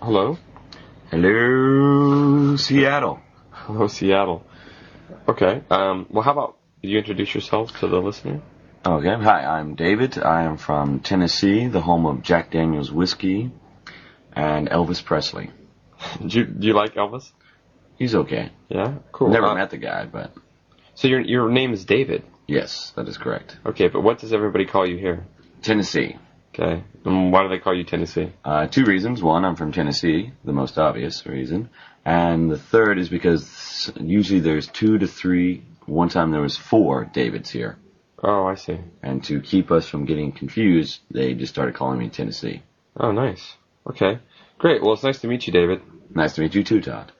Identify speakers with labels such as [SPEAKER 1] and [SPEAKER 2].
[SPEAKER 1] Hello?
[SPEAKER 2] Hello, Seattle.
[SPEAKER 1] Hello, Seattle. Okay. Um, well, how about you introduce yourself to the listener?
[SPEAKER 2] Okay, hi, I'm David. I am from Tennessee, the home of Jack Daniels Whiskey and Elvis Presley.
[SPEAKER 1] Do you, do you like Elvis?
[SPEAKER 2] He's okay.
[SPEAKER 1] Yeah? Cool.
[SPEAKER 2] Never
[SPEAKER 1] Uh,
[SPEAKER 2] met the guy, but
[SPEAKER 1] So your, your name is David.
[SPEAKER 2] yes, that is correct.
[SPEAKER 1] Okay, but what does everybody call you here?
[SPEAKER 2] Tennessee.
[SPEAKER 1] Okay. And why do they call you Tennessee?
[SPEAKER 2] Uh, two reasons. One, I'm from Tennessee, the most obvious reason. And the third is because usually there's two to three, one time there was four Davids here.
[SPEAKER 1] Oh, I see.
[SPEAKER 2] And to keep us from getting confused, they just started calling me Tennessee.
[SPEAKER 1] Oh, nice. Okay. Great. Well, it's nice to meet you, David.
[SPEAKER 2] Nice to meet you too, Todd.